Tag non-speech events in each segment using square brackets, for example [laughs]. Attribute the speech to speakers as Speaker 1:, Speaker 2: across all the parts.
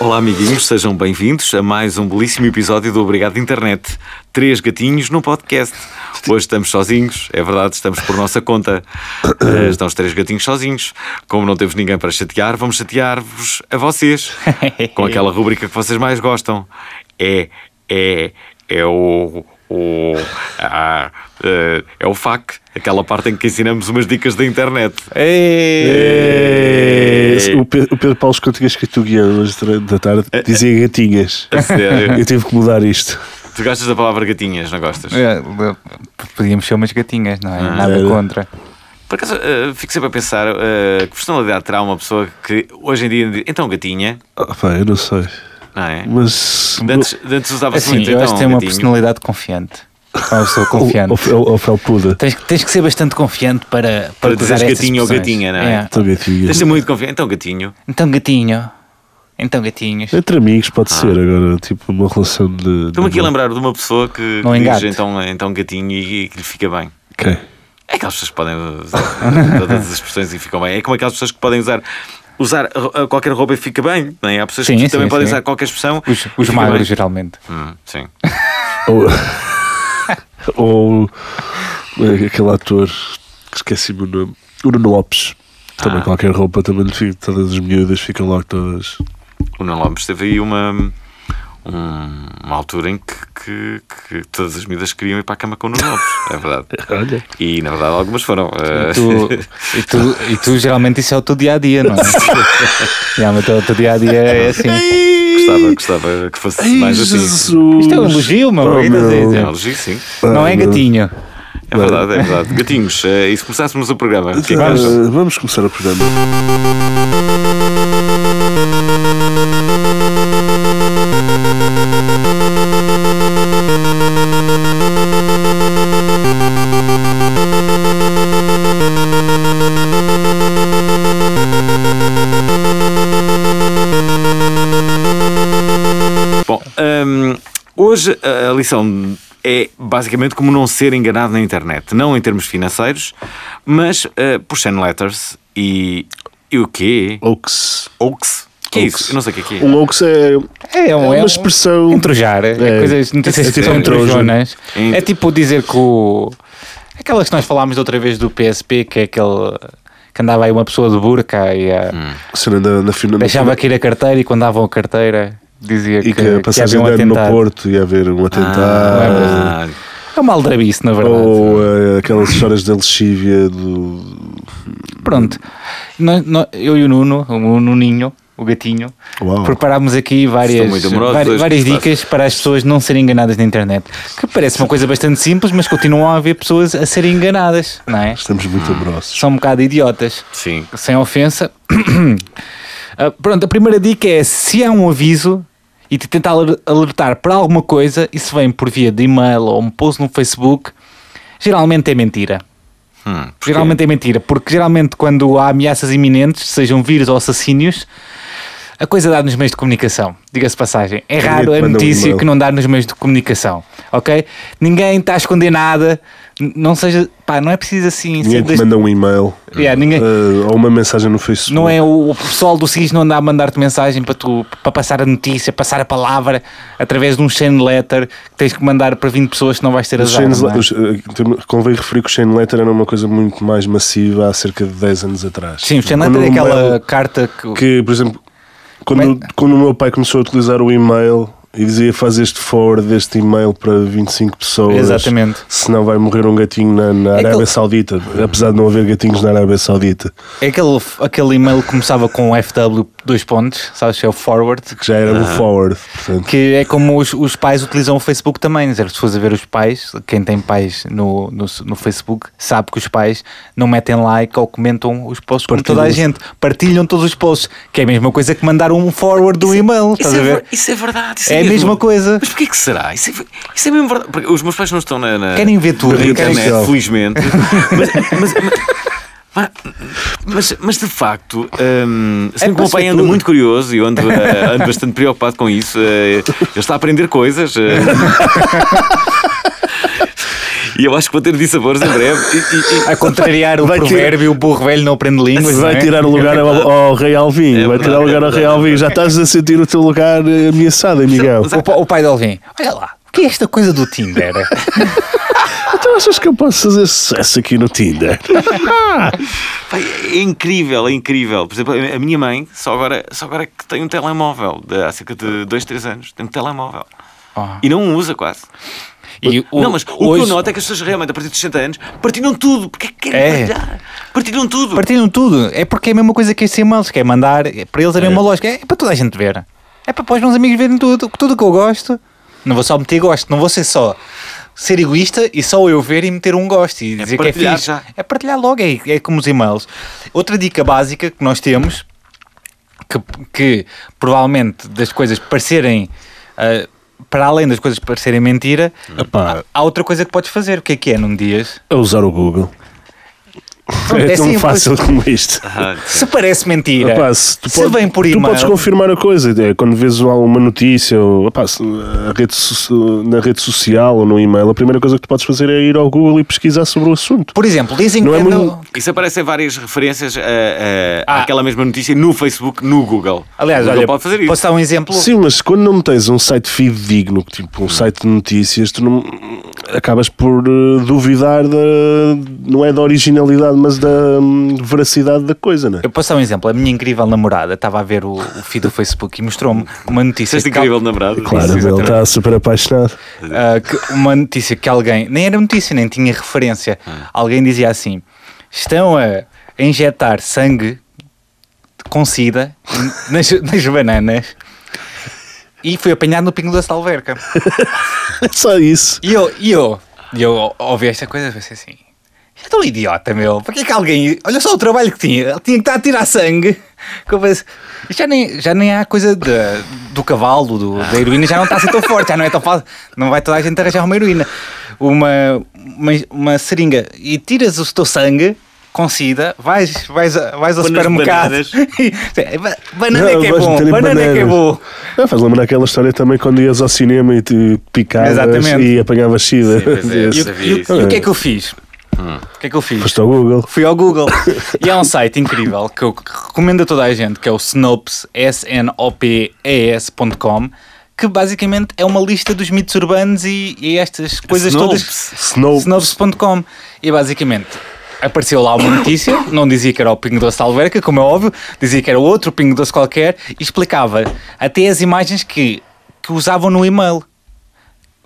Speaker 1: Olá, amiguinhos, sejam bem-vindos a mais um belíssimo episódio do Obrigado Internet. Três gatinhos num podcast. Hoje estamos sozinhos, é verdade, estamos por nossa conta. Eh, Estão os três gatinhos sozinhos. Como não temos ninguém para chatear, vamos chatear-vos a vocês. Com aquela rubrica que vocês mais gostam. É, é, é o. o ah, eh, é o FAC, aquela parte em que ensinamos umas dicas da internet.
Speaker 2: É, O Pe- o Pedro Paulo Escoto tinha escrito o guião hoje durante a tarde, dizia gatinhas.
Speaker 1: A É, sério.
Speaker 2: Eu tive que mudar isto.
Speaker 1: tu gostas da palavra gatinhas, não gostas?
Speaker 3: É, p- Podíamos ser umas gatinhas, não é?
Speaker 1: Ah.
Speaker 3: Nada
Speaker 2: Era.
Speaker 3: contra.
Speaker 1: Por acaso, eh, fico sempre a pensar eh, que personalidade terá uma pessoa que hoje em dia. diz, Então, gatinha,
Speaker 2: Ah, pá, eu não sei.
Speaker 1: não é?
Speaker 2: Mas.
Speaker 1: De Antes, de antes usava-se
Speaker 3: Assim,
Speaker 1: muito.
Speaker 3: eu
Speaker 1: Então,
Speaker 3: acho que tem uma
Speaker 1: gatinho."
Speaker 3: personalidade confiante. É Uma
Speaker 2: [laughs]
Speaker 3: pessoa
Speaker 2: O,
Speaker 3: confiante.
Speaker 2: o, o, o Felpuda.
Speaker 3: Tens, que- tens que ser bastante confiante para, para,
Speaker 1: Para
Speaker 3: usar
Speaker 1: dizeres
Speaker 3: essas
Speaker 1: gatinho ou
Speaker 3: expressões.
Speaker 1: gatinha, não é?
Speaker 2: Então, gatinhas.
Speaker 1: Tens de ter muito confiança. Então, gatinho.
Speaker 3: Então gatinho. Então gatinhos.
Speaker 2: Entre amigos pode ser agora, tipo, uma relação de.
Speaker 1: Estou-me Ah. aqui
Speaker 2: de...
Speaker 1: a lembrar de uma pessoa que,
Speaker 3: Uhum. Não
Speaker 1: que diz
Speaker 3: engate.
Speaker 1: então, então gatinho e, e que lhe fica bem.
Speaker 2: Quem?
Speaker 1: É aquelas pessoas que podem usar eh, todas as expressões e ficam bem. É como aquelas pessoas que podem usar. Usar ro- qualquer roupa e fica bem. Não é? Há pessoas
Speaker 3: Sim,
Speaker 1: que também
Speaker 3: sim,
Speaker 1: podem
Speaker 3: sim.
Speaker 1: usar qualquer expressão.
Speaker 3: Os,
Speaker 1: e
Speaker 3: os
Speaker 1: fica
Speaker 3: magros,
Speaker 1: bem.
Speaker 3: geralmente.
Speaker 1: Hum, sim.
Speaker 2: Ou. Ou. [laughs] eh, Aquele ator, que esqueci-me o nome. O Nuno Lopes. Também
Speaker 1: Ah.
Speaker 2: qualquer roupa, também lhe fica. Todas as miúdas ficam logo todas.
Speaker 1: O Nuno Lopes teve aí uma, um- uma altura em que, que- que todas as miúdas queriam ir para a cama com o Nuno Lopes, é verdade.
Speaker 2: Olha.
Speaker 1: E na verdade algumas foram. eh,
Speaker 3: E tu, e, tu, e tu, geralmente isso é o teu dia a dia, não é? geralmente o teu dia a dia é assim.
Speaker 1: [laughs] gostava, gostava que fosse
Speaker 2: Ai,
Speaker 1: mais assim.
Speaker 2: Jesus.
Speaker 3: Isto é um elogio, meu.
Speaker 2: Oh,
Speaker 3: ainda
Speaker 2: meu.
Speaker 1: É
Speaker 3: dizem.
Speaker 1: um elogio, sim.
Speaker 3: Não é
Speaker 2: meu.
Speaker 3: gatinho.
Speaker 1: É verdade, é verdade. Gatinhos, eh, e se começássemos o programa? O que é que
Speaker 2: Vamos,
Speaker 1: achas?
Speaker 2: Eh, vamos começar o programa.
Speaker 1: Bom, hum, hoje a a lição é basicamente como não ser enganado na internet. Não em termos financeiros, mas eh, por chain letters e. E o quê?
Speaker 2: Oaks.
Speaker 1: Oaks? O que é
Speaker 2: Oaks.
Speaker 1: isso? Eu não sei o que é que é.
Speaker 2: Um Oaks é,
Speaker 3: É, um-
Speaker 2: é
Speaker 3: é
Speaker 2: uma
Speaker 3: um-
Speaker 2: expressão.
Speaker 3: Entrojar, é,
Speaker 2: É.
Speaker 3: coisas, notícias
Speaker 2: É
Speaker 3: que
Speaker 2: tipo
Speaker 3: são
Speaker 2: um trojo.
Speaker 3: trojonas.
Speaker 1: Ent-
Speaker 3: É tipo dizer que o. Aquelas que nós falámos da outra vez do PSP, que é aquele. que andava aí uma pessoa de burca e ah,
Speaker 2: Cena na, na, fina- na,
Speaker 3: deixava
Speaker 2: fina-
Speaker 3: cair a carteira e quando davam a carteira dizia
Speaker 2: E
Speaker 3: que,
Speaker 2: que,
Speaker 3: que
Speaker 2: a passagem
Speaker 3: havia um
Speaker 2: de ano no
Speaker 3: atentado. Ah,
Speaker 2: Porto ia haver um atentado.
Speaker 1: Ah,
Speaker 3: É uma aldrabice, na verdade.
Speaker 2: ou eh, aquelas histórias da lexívia do.
Speaker 3: Pronto. Nós- nós- eu e o Nuno, o Nuninho, o gatinho,
Speaker 2: Uau.
Speaker 3: preparámos aqui várias,
Speaker 1: muito amorosos
Speaker 3: vari-
Speaker 1: hoje,
Speaker 3: várias
Speaker 1: gostaste.
Speaker 3: dicas para as pessoas não serem enganadas na internet. Que parece uma coisa bastante simples, mas continuam a haver pessoas a serem enganadas, não é?
Speaker 2: Estamos muito amorosos.
Speaker 3: São um bocado idiotas.
Speaker 1: sim.
Speaker 3: Sem ofensa. [coughs] Ah, pronto, a primeira dica é se há um aviso e te tentar aler- alertar para alguma coisa, e se vem por via de e-mail ou um post no Facebook, geralmente é mentira.
Speaker 1: Hum, porquê?
Speaker 3: Geralmente é mentira, porque geralmente quando há ameaças iminentes, sejam vírus ou assassínios, a coisa dá nos meios de comunicação. Diga-se de passagem. É raro a
Speaker 2: manda um
Speaker 3: notícia
Speaker 2: e-mail.
Speaker 3: que não dá nos meios de comunicação, ok? Ninguém está a esconder nada, n- não seja, pá, não é preciso assim. ser
Speaker 2: Ninguém te
Speaker 3: das-
Speaker 2: manda um e-mail.
Speaker 3: Yeah, ninguém-
Speaker 2: eh, ou uma mensagem no Facebook.
Speaker 3: Não é o, o pessoal do SIS não anda a mandar-te mensagem para tu para passar a notícia, passar a palavra através de um chain letter que tens que mandar para 20 pessoas que não vais ter
Speaker 2: Os
Speaker 3: azar.
Speaker 2: chains-
Speaker 3: não é?
Speaker 2: os, eh, tem- convém referir que o Shane Letter era uma coisa muito mais massiva há cerca de 10 anos atrás.
Speaker 3: Sim, o chain
Speaker 2: Quando
Speaker 3: letter é
Speaker 2: o
Speaker 3: aquela
Speaker 2: mail-
Speaker 3: carta que,
Speaker 2: que, por exemplo, quando,
Speaker 3: Como é?
Speaker 2: quando o meu pai começou a utilizar o e-mail, E dizia: faz este forward deste e-mail para 25 pessoas.
Speaker 3: Exatamente.
Speaker 2: Senão vai morrer um gatinho na, na
Speaker 3: É
Speaker 2: Arábia
Speaker 3: aquele-
Speaker 2: Saudita. Apesar de não haver gatinhos na Arábia Saudita,
Speaker 3: É aquele, aquele e-mail que começava com FW dois pontos, sabes? É o forward.
Speaker 2: que já era
Speaker 1: Ah.
Speaker 2: um forward. Portanto,
Speaker 3: Que é como os, os pais utilizam o Facebook também. Quer dizer, Se fores a ver os pais, quem tem pais no, no, no Facebook sabe que os pais não metem like ou comentam os posts como toda a
Speaker 2: Partilham.
Speaker 3: gente. Partilham todos os posts, que é a mesma coisa que mandar um forward do e-mail. Estás
Speaker 1: isso, é,
Speaker 3: a ver?
Speaker 1: ver- isso é verdade. Isso
Speaker 3: É a
Speaker 1: mesmo.
Speaker 3: mesma coisa.
Speaker 1: Mas porquê que será? Isso é, isso é mesmo verdade. Porque os meus pais não estão na, na,
Speaker 3: Querem ver tudo.
Speaker 1: na
Speaker 2: Querem
Speaker 1: internet,
Speaker 2: ver.
Speaker 3: [laughs]
Speaker 1: felizmente. mas, mas- mas- mas- mas, de facto, hum,
Speaker 3: É
Speaker 1: sendo que o meu
Speaker 3: possível
Speaker 1: pai anda
Speaker 3: tudo.
Speaker 1: muito curioso e eu ando, eh, ando bastante preocupado com isso, eh, ele está a aprender coisas.
Speaker 3: [laughs]
Speaker 1: eh. E eu acho que vou ter dissabores em breve. E- e- e-
Speaker 3: A contrariar o
Speaker 2: Vai ter-
Speaker 3: provérbio, o burro velho não aprende línguas. não
Speaker 2: vai
Speaker 3: é?
Speaker 2: tirar o lugar ao, ao Rei Alvim.
Speaker 1: É
Speaker 2: vai tirar
Speaker 1: verdade,
Speaker 2: o lugar
Speaker 1: é
Speaker 2: ao Rei
Speaker 1: verdade.
Speaker 2: Alvim. Já estás a sentir o teu lugar eh, ameaçado, amigão.
Speaker 3: O, pa- o pai de Alvin, olha lá, o que é esta coisa
Speaker 1: [laughs]
Speaker 3: do Tinder?
Speaker 2: Então achas que eu posso fazer sucesso aqui no Tinder?
Speaker 1: Pá, É incrível, é incrível. Por exemplo, a minha mãe, só agora, só agora que tem um telemóvel, de- há cerca de 2, 3 anos, tem um telemóvel.
Speaker 3: Ah.
Speaker 1: E não o usa quase.
Speaker 3: E o-
Speaker 1: não, mas o que eu noto é que as pessoas realmente, a partir dos 60 anos, partilham tudo. Porque é que querem
Speaker 3: É.
Speaker 1: partilhar? Partilham tudo.
Speaker 3: Partilham tudo. É porque é a mesma coisa que estes e-mails, que é mandar, é- para eles é a mesma lógica. É para toda a gente ver. É para, para os meus amigos verem tudo. Tudo o que eu gosto. Não vou só meter gosto, não vou ser só ser egoísta e só eu ver e meter um gosto e dizer que é
Speaker 1: partilhar
Speaker 3: fixe.
Speaker 1: já.
Speaker 3: É partilhar logo, é, é como os e-mails. Outra dica básica que nós temos, que, que provavelmente das coisas parecerem. ah, para além das coisas parecerem mentira,
Speaker 2: Epá,
Speaker 3: há outra coisa que podes fazer. O que é que é num dias?
Speaker 2: a usar o Google.
Speaker 3: Pronto,
Speaker 2: é
Speaker 3: é
Speaker 2: tão
Speaker 3: simples.
Speaker 2: fácil como isto.
Speaker 1: Ah,
Speaker 3: Se parece mentira,
Speaker 2: Epá, se tu,
Speaker 3: se
Speaker 2: pode-
Speaker 3: vem por
Speaker 2: tu
Speaker 3: e-mail,
Speaker 2: podes confirmar a coisa, é, quando vês alguma notícia ou, epá, se- a rede so- na rede social ou no e-mail, a primeira coisa que tu podes fazer é ir ao Google e pesquisar sobre o assunto.
Speaker 3: por exemplo, dizem
Speaker 2: Não
Speaker 3: que
Speaker 2: é
Speaker 3: anda-
Speaker 2: muito-
Speaker 1: Isso aparecem várias referências ah, ah,
Speaker 3: Ah.
Speaker 1: àquela mesma notícia no Facebook, no Google.
Speaker 3: Aliás,
Speaker 1: o Google
Speaker 3: olha,
Speaker 1: pode fazer isso.
Speaker 3: posso dar um exemplo?
Speaker 2: Sim, mas quando não tens um site fidedigno, tipo um site de notícias, tu não acabas por eh, duvidar da não é da originalidade, mas da hum, veracidade da coisa, né?
Speaker 3: Eu posso dar um exemplo. A minha incrível namorada estava a ver o, o feed do Facebook e mostrou-me uma notícia.
Speaker 1: Disseste
Speaker 3: que
Speaker 1: é incrível, na verdade.
Speaker 2: Claro,
Speaker 1: Isso,
Speaker 2: ele
Speaker 3: tá?
Speaker 1: exatamente.
Speaker 2: está super apaixonado.
Speaker 3: Ah, que- uma notícia que alguém, nem era notícia, nem tinha referência.
Speaker 1: Ah.
Speaker 3: Alguém dizia assim: estão a injetar sangue com sida [laughs] nas, nas bananas e foi apanhado no pingo da salverca.
Speaker 2: [laughs] É só isso.
Speaker 3: E eu, e eu, e eu ou- ouvi esta coisa e pensei assim: é tão idiota, meu. Para que é que alguém. Olha só o trabalho que tinha. Ele tinha que estar a tirar sangue. Que eu penso, "Isto já, nem, já nem há coisa da- do cavalo, do, da heroína, já não está a ser tão forte, já não é tão fácil. Não vai toda a gente arranjar uma heroína. Uma, uma, uma seringa e tiras o teu sangue. Com sida, vais, vais, a- vais ao
Speaker 1: Põe nas
Speaker 3: supermercado. [laughs]
Speaker 1: bananas.
Speaker 3: E- ba- banana é que
Speaker 2: Não,
Speaker 3: é
Speaker 2: vais
Speaker 3: bom,
Speaker 2: meter em
Speaker 3: banana é que é
Speaker 2: bananas.
Speaker 3: bom.
Speaker 2: Ah, faz lembrar aquela história também quando ias ao cinema e te picavas
Speaker 3: Exatamente.
Speaker 2: e apanhavas sida.
Speaker 1: Sim, pois
Speaker 2: [laughs]
Speaker 1: é,
Speaker 3: E,
Speaker 2: Esse.
Speaker 1: isso.
Speaker 3: o- e o- e o que é que eu fiz? O que é que eu fiz?
Speaker 2: Foste ao Google.
Speaker 3: Fui ao Google [laughs] e há um site incrível que eu recomendo a toda a gente, que é o Snopes, S-N-O-P-E-S.com, que basicamente é uma lista dos mitos urbanos e, e estas coisas
Speaker 1: Snopes.
Speaker 3: todas.
Speaker 2: Snow.
Speaker 3: Snopes.com. E basicamente apareceu lá uma notícia, não dizia que era o Pingo Doce de Alverca, como é óbvio, dizia que era outro Pingo Doce qualquer e explicava até as imagens que, que usavam no e-mail.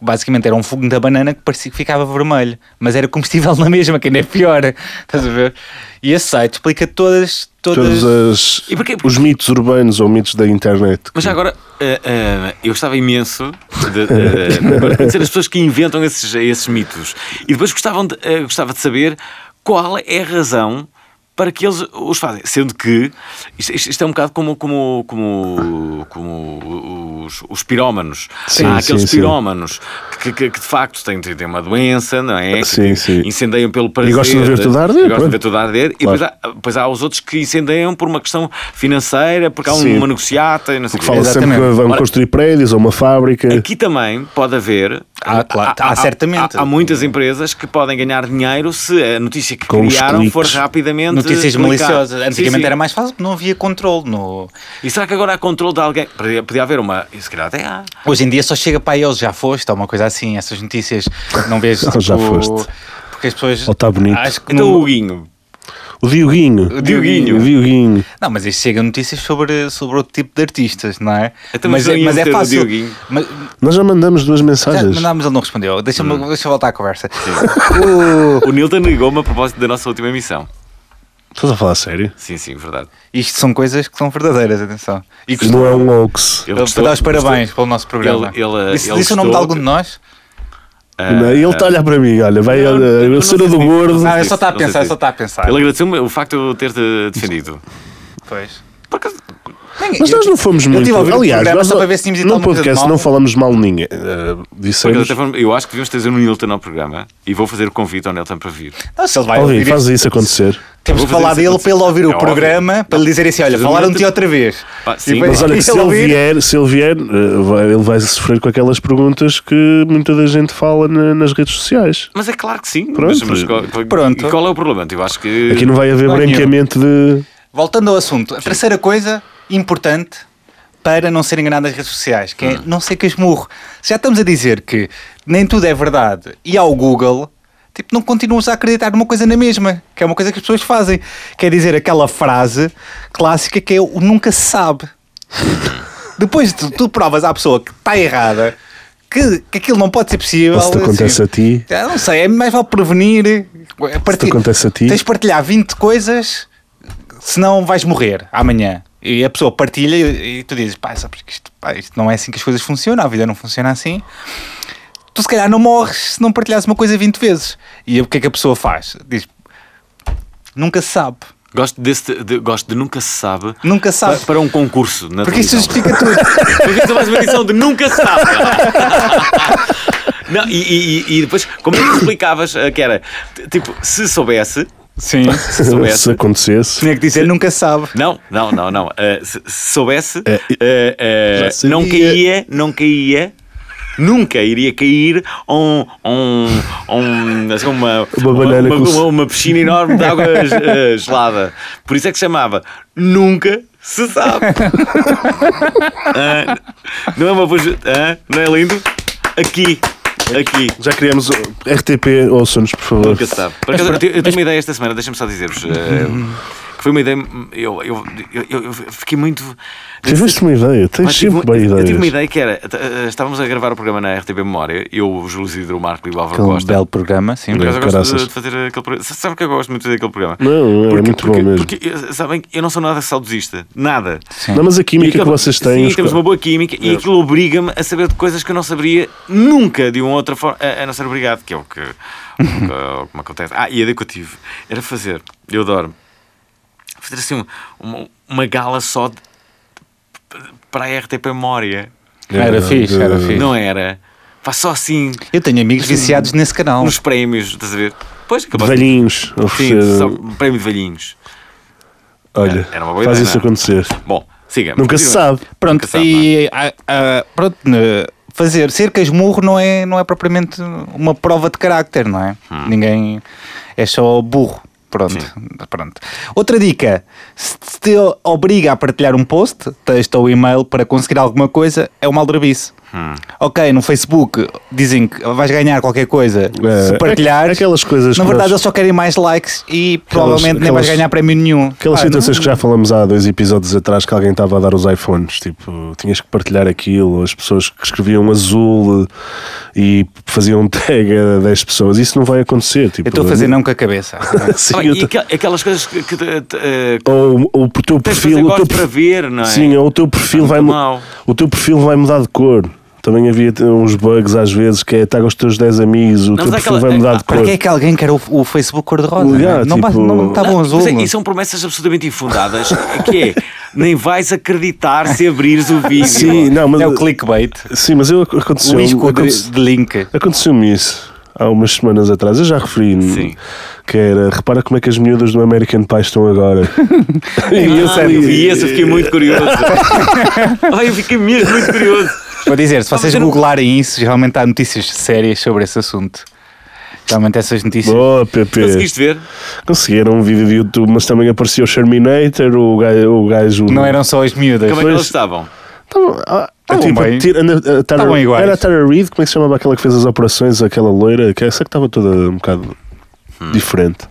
Speaker 3: Basicamente era um fogo da banana que parecia que ficava vermelho, mas era comestível na mesma, que ainda é pior. [laughs] Estás a ver? E esse site explica todas. todas...
Speaker 2: Todos as-
Speaker 1: E porquê-
Speaker 2: os mitos urbanos ou mitos da internet.
Speaker 1: Mas já agora, eh, eh, eu gostava imenso de, de- de
Speaker 2: [laughs]
Speaker 1: conhecer as pessoas que inventam esses, esses mitos. E depois gostavam de, eh, gostava de saber qual é a razão para que eles os fazem. Sendo que isto, isto- isto é um bocado como, como, como, como os, os pirómanos.
Speaker 2: Sim,
Speaker 1: Há aqueles
Speaker 2: sim, sim.
Speaker 1: pirómanos que, que- que de facto têm, têm têm uma doença, não é? Que
Speaker 2: Sim,
Speaker 1: têm-
Speaker 2: sim.
Speaker 1: Incendeiam pelo prazer.
Speaker 2: gostam de ver tudo a arder,
Speaker 1: E gostam de
Speaker 2: pronto.
Speaker 1: ver tudo a arder. E
Speaker 2: Claro.
Speaker 1: depois há, depois há os outros que incendeiam por uma questão financeira, porque há um
Speaker 2: Sim.
Speaker 1: uma negociata e não sei o quê.
Speaker 2: Fala sempre que
Speaker 3: Exatamente.
Speaker 2: vamos
Speaker 1: Ora-
Speaker 2: construir prédios ou uma fábrica.
Speaker 1: Aqui também pode haver.
Speaker 3: Ah, claro, há certamente.
Speaker 1: Há, há muitas empresas que podem ganhar dinheiro se a notícia que
Speaker 2: Com os
Speaker 1: criaram
Speaker 2: cliques.
Speaker 1: for rapidamente.
Speaker 3: Notícias
Speaker 1: publicada.
Speaker 3: maliciosas.
Speaker 1: Sim,
Speaker 3: Antigamente
Speaker 1: sim.
Speaker 3: era mais fácil porque não havia controle. No...
Speaker 1: E será que agora há controle de alguém? Podia, podia haver uma. E se calhar até há.
Speaker 3: Hoje em dia só chega para eles, já foste, ou uma coisa assim, essas notícias não vês.
Speaker 2: Ou [laughs] já
Speaker 3: tipo,
Speaker 2: foste.
Speaker 3: Porque as pessoas.
Speaker 2: Ou está bonito.
Speaker 3: Acho que
Speaker 1: Então o
Speaker 3: não-
Speaker 1: Huguinho.
Speaker 2: O Dioguinho.
Speaker 1: O Dioguinho.
Speaker 2: O Dioguinho.
Speaker 3: Não, mas isto chega notícias sobre, sobre outro tipo de artistas, não é?
Speaker 1: Então, mas eu ia meter o Dioguinho.
Speaker 3: Mas, já-
Speaker 2: Nós já mandamos duas mensagens.
Speaker 3: mas, não, mas ele não respondeu. Deixa-me
Speaker 2: Hum.
Speaker 3: deixa eu voltar à conversa.
Speaker 1: O Nilton ligou-me a propósito da nossa última emissão.
Speaker 2: Estás a falar sério?
Speaker 1: Sim, sim, verdade.
Speaker 3: Isto são coisas que são verdadeiras, atenção. E
Speaker 2: Isto não é um hoax.
Speaker 1: Ele
Speaker 3: Ele te
Speaker 1: gostou-
Speaker 3: dá os parabéns
Speaker 1: gostou-
Speaker 3: pelo nosso programa.
Speaker 1: Ele- ele-
Speaker 3: disse
Speaker 1: ele
Speaker 3: disse o nome de
Speaker 1: gostou
Speaker 3: algum de nós?
Speaker 1: Ah,
Speaker 2: Não, é? ele está a olhar para mim, olha, vai
Speaker 1: Não,
Speaker 2: olha,
Speaker 1: não
Speaker 2: a cena
Speaker 1: sei
Speaker 2: do
Speaker 1: se-
Speaker 2: gordo.
Speaker 1: Não
Speaker 3: Ah, eu só está a
Speaker 1: não sei
Speaker 3: pensar,
Speaker 1: se-
Speaker 3: só está a pensar.
Speaker 1: Ele agradeceu-me o facto de eu ter te defendido.
Speaker 3: Pois.
Speaker 1: Por acaso,
Speaker 2: Mas nós não fomos
Speaker 3: eu
Speaker 2: muito.
Speaker 3: tive a ouvir o
Speaker 2: Aliás,
Speaker 3: programa
Speaker 2: nós
Speaker 3: só para ver se tínhamos dito
Speaker 2: no
Speaker 3: alguma coisa de
Speaker 2: podcast
Speaker 3: mal.
Speaker 2: não falamos mal de ninguém. Eh,
Speaker 1: por acaso
Speaker 2: dissemos.
Speaker 1: até falamos- eu acho que devíamos trazer o Nilton ao programa e vou fazer o convite ao Nilton para vir.
Speaker 3: Não, Então, se ele vai
Speaker 2: Alvin,
Speaker 3: ouvir
Speaker 2: faz
Speaker 3: isto,
Speaker 2: isso acontecer.
Speaker 3: temos
Speaker 1: Vou fazer
Speaker 3: que falar
Speaker 1: isso
Speaker 3: dele
Speaker 1: acontecer.
Speaker 3: para ele ouvir
Speaker 1: É
Speaker 3: o
Speaker 1: óbvio.
Speaker 3: programa, para lhe dizer assim: olha,
Speaker 1: Mas
Speaker 2: um
Speaker 1: o
Speaker 3: falaram-te
Speaker 1: Nilton-
Speaker 3: outra vez.
Speaker 1: Pá,
Speaker 3: E
Speaker 1: sim,
Speaker 3: depois-
Speaker 2: Mas olha, que se
Speaker 3: ele
Speaker 2: ele
Speaker 3: ouvir-
Speaker 2: vier, se ele vier eh, vai- ele vai sofrer com aquelas perguntas que muita da gente fala na- nas redes sociais.
Speaker 1: Mas é claro que sim.
Speaker 2: Pronto.
Speaker 1: Mas, mas qual,
Speaker 3: Pronto.
Speaker 1: E qual é o problema? Eu acho que.
Speaker 2: Aqui não vai haver
Speaker 3: Não é
Speaker 2: branqueamento de.
Speaker 3: Voltando ao assunto, a terceira coisa importante para não ser enganado nas redes sociais, que é
Speaker 2: Hum.
Speaker 3: não ser casmurro. Se já estamos a dizer que nem tudo é verdade e ao Google, tipo, não continuas a acreditar numa coisa na mesma, que é uma coisa que as pessoas fazem. Quer dizer, aquela frase clássica que é o nunca se sabe.
Speaker 2: [laughs]
Speaker 3: Depois tu, tu provas à pessoa que está errada, que, que aquilo não pode ser possível.
Speaker 2: Ou se te acontece a ti.
Speaker 3: Ah, não sei, é mais vale prevenir. É parti-
Speaker 2: acontece a ti.
Speaker 3: Tens de partilhar 20 coisas, senão vais morrer amanhã. E a pessoa partilha e, e tu dizes, pá, sabes que isto, pá, isto não é assim que as coisas funcionam, a vida não funciona assim. Tu se calhar não morres se não partilhares uma coisa 20 vezes. E o que é que a pessoa faz? Diz, nunca se sabe.
Speaker 1: Gosto, desse, de, gosto de nunca se sabe.
Speaker 3: Nunca se sabe.
Speaker 1: Para, para um concurso. Na
Speaker 3: Porque isto
Speaker 1: televisão.
Speaker 3: justifica tudo.
Speaker 1: Bem-vindos a mais uma edição de Nunca Se
Speaker 3: [laughs]
Speaker 1: Sabe. Não, e, e- e- e depois, como é que explicavas eh, que era? t- Tipo, se soubesse,
Speaker 3: Sim.
Speaker 1: se
Speaker 2: [laughs] Se
Speaker 1: soubesse.
Speaker 2: acontecesse.
Speaker 3: Tinha que dizer, nunca se sabe.
Speaker 1: Não, não, não, não. eh, se, se soubesse,
Speaker 2: É,
Speaker 1: eh, eh,
Speaker 2: já sabia.
Speaker 1: não caía, não caía. Nunca iria cair a um, a um, a um, assim, uma,
Speaker 2: Uma banana
Speaker 1: uma,
Speaker 2: com
Speaker 1: uma-
Speaker 2: o-
Speaker 1: uma piscina enorme de
Speaker 2: [laughs]
Speaker 1: água eh, gelada. Por isso é que chamava Nunca se
Speaker 2: [laughs]
Speaker 1: sabe. Ah, não é uma boa. ju- ah, não é lindo? Aqui. Aqui.
Speaker 2: Já criamos o- RTP, ouçam-nos, por favor.
Speaker 1: Nunca se sabe. Por acaso, eu, te- eu tenho uma ideia esta semana, deixa-me só dizer-vos. eh, que foi uma ideia. Eu, eu, eu, eu fiquei muito.
Speaker 2: Tiveste uma ideia,
Speaker 1: Mas
Speaker 2: tens
Speaker 1: Ah, tive
Speaker 2: sempre
Speaker 1: uma-
Speaker 2: bem
Speaker 1: Eu
Speaker 2: ideias.
Speaker 1: tive uma ideia que era. t- eh, Estávamos a gravar o programa na RTP Memória, eu, o Júlio Isidro, o Marco e o Álvaro Costa.
Speaker 3: um programa, sim.
Speaker 1: Por acaso eu gosto de,
Speaker 2: Caraças.
Speaker 1: de fazer aquele programa. S- Sabe que eu gosto muito daquele programa?
Speaker 2: Não, é muito
Speaker 1: porque,
Speaker 2: bom mesmo.
Speaker 1: Porque, eh, sabem, que eu não sou nada saudosista. Nada.
Speaker 2: Não, mas a
Speaker 1: E
Speaker 2: química
Speaker 1: aquilo-
Speaker 2: que vocês têm. É.
Speaker 1: Sim,
Speaker 2: os
Speaker 1: temos
Speaker 2: co-
Speaker 1: uma boa química e aquilo obriga-me a saber de coisas que eu não saberia nunca de uma outra forma, a, a não ser obrigado, que é o que, o que, o que me acontece. Ah, e a ideia que eu tive era fazer, eu adoro, fazer assim um- uma, uma gala só de- para a RTP Memória.
Speaker 3: Era fixe, era fixe.
Speaker 1: Não era? Faz só assim,
Speaker 3: Eu tenho amigos viciados nesse canal.
Speaker 1: nos prémios, estás a ver? Pois,
Speaker 2: De
Speaker 1: acabaste.
Speaker 2: velhinhos.
Speaker 1: Sim,
Speaker 2: oferecer-
Speaker 1: só um prémio de velhinhos.
Speaker 2: Olha,
Speaker 1: Era uma boa
Speaker 2: faz
Speaker 1: ideia,
Speaker 2: isso
Speaker 1: não é?
Speaker 2: acontecer.
Speaker 1: Bom, siga.
Speaker 2: Nunca se sabe.
Speaker 3: Pronto,
Speaker 1: sabe,
Speaker 3: e ah, ah, pronto, né, fazer ser casmurro não é, não é propriamente uma prova de carácter, não é? Ninguém é só burro. Pronto, pronto. Outra dica: se te obriga a partilhar um post, texto ou e-mail para conseguir alguma coisa, é uma aldrabice. Ok, no Facebook dizem que vais ganhar qualquer coisa
Speaker 2: É,
Speaker 3: se partilhares.
Speaker 2: aqu- aquelas coisas
Speaker 3: Na
Speaker 2: que
Speaker 3: verdade,
Speaker 2: nós-
Speaker 3: eles só querem mais likes e provavelmente nem
Speaker 2: aquelas-
Speaker 3: vais ganhar prémio nenhum.
Speaker 2: Aquelas
Speaker 3: Ah, não-
Speaker 2: situações que já falamos há dois episódios atrás que alguém estava a dar os iPhones, tipo, tinhas que partilhar aquilo, as pessoas que escreviam azul eh, e faziam tag a 10 pessoas, isso não vai acontecer. Tipo,
Speaker 3: Eu estou
Speaker 2: [laughs]
Speaker 3: a fazer não com a cabeça.
Speaker 2: Sim,
Speaker 1: Ah,
Speaker 2: eu
Speaker 1: e
Speaker 2: tô-
Speaker 1: aquel- aquelas coisas que, que, eh,
Speaker 2: Ou, ou o teu
Speaker 1: Tens de
Speaker 2: perfil.
Speaker 1: fazer
Speaker 2: O teu
Speaker 1: gosto para ver, não é?
Speaker 2: Sim, ou o teu perfil,
Speaker 1: muito
Speaker 2: vai, mu-
Speaker 1: mau.
Speaker 2: o teu perfil vai mudar de cor. Também havia t- uns bugs às vezes que é tag aos teus 10 amigos, o
Speaker 1: mas
Speaker 2: teu perfil
Speaker 1: aquela- ah,
Speaker 2: vai mudar de
Speaker 3: Para
Speaker 2: cor.
Speaker 3: que é que alguém quer o, o Facebook cor-de-rosa?
Speaker 2: Olha,
Speaker 3: não está
Speaker 2: tipo-
Speaker 3: não, tá bom
Speaker 1: Não,
Speaker 3: azul.
Speaker 1: pois é, e são promessas absolutamente infundadas, que é, nem vais acreditar se abrires o vídeo.
Speaker 2: Sim, não, mas,
Speaker 3: É o clickbait.
Speaker 2: sim, mas eu
Speaker 3: O
Speaker 2: aconteceu.
Speaker 3: isco de,
Speaker 2: aconteceu-
Speaker 3: de link.
Speaker 2: Aconteceu-me isso há umas semanas atrás. Eu já referi
Speaker 1: Sim.
Speaker 2: que era repara como é que as miúdas do American Pie estão
Speaker 3: [laughs]
Speaker 2: agora. [laughs] e
Speaker 1: Ah, eu vi esse, eu fiquei muito
Speaker 2: [laughs]
Speaker 1: curioso. Ai, eu fiquei mesmo muito curioso.
Speaker 3: Vou dizer, se
Speaker 1: Ah, mas
Speaker 3: vocês
Speaker 1: eu não-
Speaker 3: googlarem isso, geralmente há notícias sérias sobre esse assunto. Geralmente essas notícias.
Speaker 2: Boa, Pepe.
Speaker 1: Conseguiste ver?
Speaker 2: Conseguiram um vídeo de YouTube, mas também apareceu o Sherminator, o gajo. O gajo
Speaker 3: Não eram só as miúdas.
Speaker 1: Como é que
Speaker 2: Pois.
Speaker 1: eles estavam?
Speaker 2: Tava- ah,
Speaker 3: Tavam
Speaker 2: tipo,
Speaker 3: bem.
Speaker 2: a Tira- a- a Tara-
Speaker 3: Tavam iguais.
Speaker 2: era a Tara Reid,
Speaker 3: Hum.
Speaker 2: como é que se chamava aquela que fez as operações, aquela loira, que essa que estava toda um bocado diferente.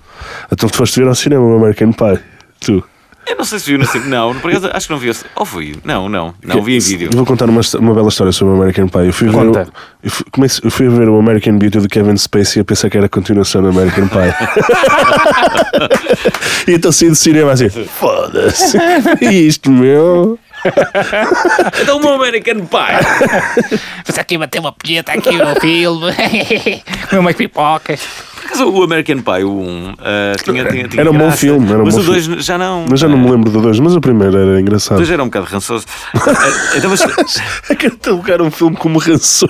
Speaker 2: Então tu foste ver ao cinema o American Pie. Tu.
Speaker 1: Eu não sei se viu no cinema. Não, por acaso, acho que não vi. Ou fui? Não, não. Não vi em vídeo.
Speaker 2: Vou contar uma, histó- uma bela história sobre o American Pie. Eu fui, ver,
Speaker 3: Conta.
Speaker 2: o- eu, fui, comecei- eu fui ver o American Beauty do Kevin Spacey a pensar que era a continuação do American
Speaker 3: [laughs]
Speaker 2: Pie. e então saí do cinema assim, foda-se. E isto, meu.
Speaker 1: Então, um American Pie.
Speaker 3: Mas aqui bater uma pilheta aqui no filme. Comer umas pipocas.
Speaker 1: Por acaso, o American Pie, o 1, tinha, tinha, tinha
Speaker 2: Era um bom
Speaker 1: graça,
Speaker 2: filme, era um
Speaker 1: mas
Speaker 2: bom
Speaker 1: o 2 já não.
Speaker 2: Mas já não me lembro do dois, mas o primeiro era
Speaker 1: O
Speaker 2: engraçado.
Speaker 1: 2 era um bocado rançoso.
Speaker 2: [laughs]
Speaker 1: Eh, então, mas.
Speaker 2: Catalogar um filme como rançoso.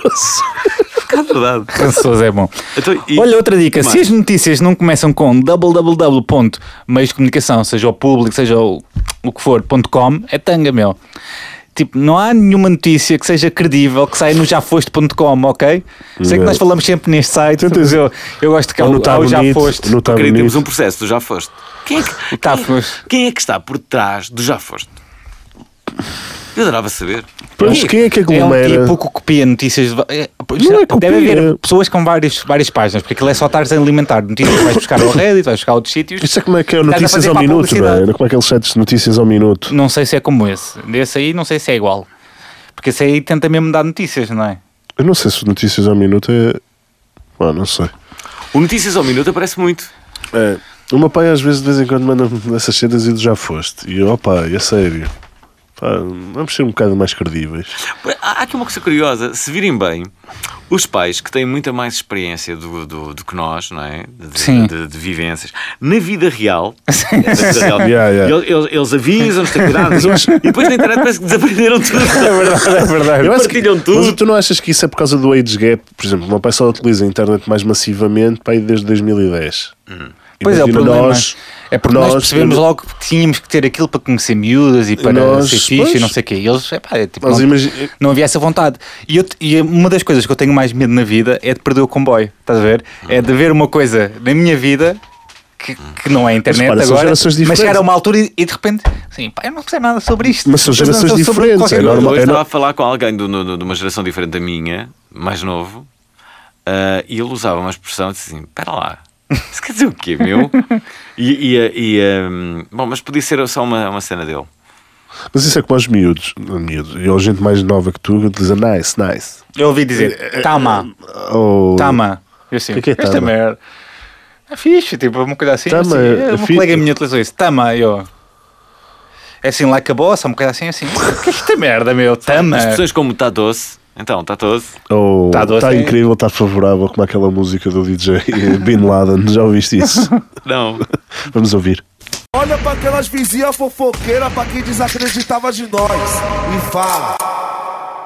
Speaker 1: bocado verdade.
Speaker 3: Cançoso é bom.
Speaker 1: Então, e-
Speaker 3: Olha outra dica,
Speaker 1: mais?
Speaker 3: se as notícias não começam com www. ponto meios de comunicação, seja o público, seja o, o que for, ponto .com, é tanga, meu. Tipo, não há nenhuma notícia que seja credível que saia no jafoste.com, ok? Sei que nós falamos sempre neste site,
Speaker 2: Tenta-
Speaker 3: mas eu, eu gosto que há
Speaker 2: Ou
Speaker 3: o
Speaker 2: não está
Speaker 3: há o já
Speaker 2: bonito.
Speaker 3: foste.
Speaker 2: Não está
Speaker 1: Querido, temos
Speaker 2: Tá bonito.
Speaker 1: um processo, tu já foste. Quem é
Speaker 2: [laughs]
Speaker 1: que,
Speaker 3: Tá,
Speaker 1: quem,
Speaker 3: foste.
Speaker 1: quem é que está por trás do já foste? Eu adorava saber.
Speaker 2: Pois quem é que aglomera?
Speaker 3: É um tipo que copia notícias. De... va- é, pois,
Speaker 2: Não é
Speaker 3: Deve
Speaker 2: copia.
Speaker 3: haver pessoas com várias, várias páginas, porque aquilo é só estares a alimentar notícias. Vais buscar ao Reddit, vais buscar a outros sítios.
Speaker 2: Isso é como é que é o
Speaker 3: Estás a
Speaker 2: Notícias
Speaker 3: fazer
Speaker 2: ao
Speaker 3: para a
Speaker 2: Minuto, não é?
Speaker 3: publicidade.
Speaker 2: Era Como aqueles sites de Notícias ao Minuto.
Speaker 3: Não sei se é como esse. Desse aí, não sei se é igual. Porque esse aí tenta mesmo dar notícias, não é?
Speaker 2: Eu não sei se o Notícias ao Minuto é. Ah, não sei.
Speaker 1: O Notícias ao Minuto aparece muito.
Speaker 2: É. O meu pai às vezes de vez em quando manda-me essas cenas e do já foste. E eu, opa, é sério. Pá, vamos ser um bocado mais
Speaker 3: [laughs]
Speaker 2: credíveis.
Speaker 1: Há há aqui uma coisa curiosa, se virem bem, os pais que têm muita mais experiência do, do, do que nós, não é? De,
Speaker 3: Sim.
Speaker 1: de- de vivências, na vida
Speaker 2: [laughs]
Speaker 1: real, na vida real,
Speaker 2: Yeah, yeah.
Speaker 1: Eles, eles- eles avisam-nos, têm cuidado, e depois na internet parece que desaprenderam tudo.
Speaker 2: [laughs] É verdade. [laughs] Eu acho que,
Speaker 1: Partilham tudo.
Speaker 2: Mas tu não achas que isso é por causa do age gap? Por exemplo, o meu pai só utiliza a internet mais massivamente pá, aí desde 2010.
Speaker 3: Pois é, o
Speaker 2: Imagina
Speaker 3: problema
Speaker 2: nós-
Speaker 3: é porque nós,
Speaker 2: nós-
Speaker 3: percebemos logo que tínhamos que ter aquilo para conhecer miúdas e para
Speaker 2: Nós-
Speaker 3: ser fixe e
Speaker 2: pois.
Speaker 3: não sei o quê. E Eles, epá, é tipo,
Speaker 2: Nós
Speaker 3: não,
Speaker 2: imagi-
Speaker 3: não havia essa vontade. E, eu, e uma das coisas que eu tenho mais medo na vida é de perder o comboio, estás a ver? É de ver uma coisa na minha vida que, que não é internet
Speaker 2: repara, são
Speaker 3: agora,
Speaker 2: gerações
Speaker 3: mas
Speaker 2: diferentes.
Speaker 3: chegar a uma altura e, e de repente, assim, pá, eu não sei nada sobre isto.
Speaker 2: Mas são
Speaker 3: Eu não
Speaker 2: gerações
Speaker 3: sei sobre
Speaker 2: diferentes,
Speaker 3: qualquer
Speaker 2: é
Speaker 3: coisa.
Speaker 2: normal.
Speaker 1: Eu
Speaker 2: é
Speaker 1: estava
Speaker 2: no-
Speaker 1: a falar com alguém do- do- de uma geração diferente da minha, mais novo, ah, e ele usava uma expressão disse assim: espera lá, isso quer dizer o quê,
Speaker 3: [laughs]
Speaker 1: meu? E, e, ah, e, ah, bom, mas podia ser só uma, uma cena dele.
Speaker 2: Mas isso é como aos miúdos. não, miúdos. E a gente mais nova que tu utiliza nice, nice.
Speaker 3: Eu ouvi
Speaker 2: É,
Speaker 3: dizer, tá má.
Speaker 2: Ou...
Speaker 3: Tama. Eu assim,
Speaker 2: Que que é
Speaker 3: esta
Speaker 2: Tama?
Speaker 3: merda. É fixe, tipo, uma coisa assim.
Speaker 2: Tama,
Speaker 3: assim, é,
Speaker 2: é
Speaker 3: uma
Speaker 2: fixe.
Speaker 3: colega minha utilizou isso. Tama, eu. É assim, like a boss, uma coisa assim, assim. O que é esta merda, meu? Tama.
Speaker 1: Expressões como está doce, então está doce.
Speaker 2: Ou
Speaker 3: Tá
Speaker 2: está
Speaker 3: doce, é?
Speaker 2: incrível, está favorável, como aquela música do DJ [laughs] Bin Laden. Já ouviste
Speaker 3: [laughs]
Speaker 2: isso?
Speaker 1: Não.
Speaker 2: Vamos ouvir.
Speaker 4: Olha pra aquelas vizinhas fofoqueiras, pra quem desacreditava de nós. E fala.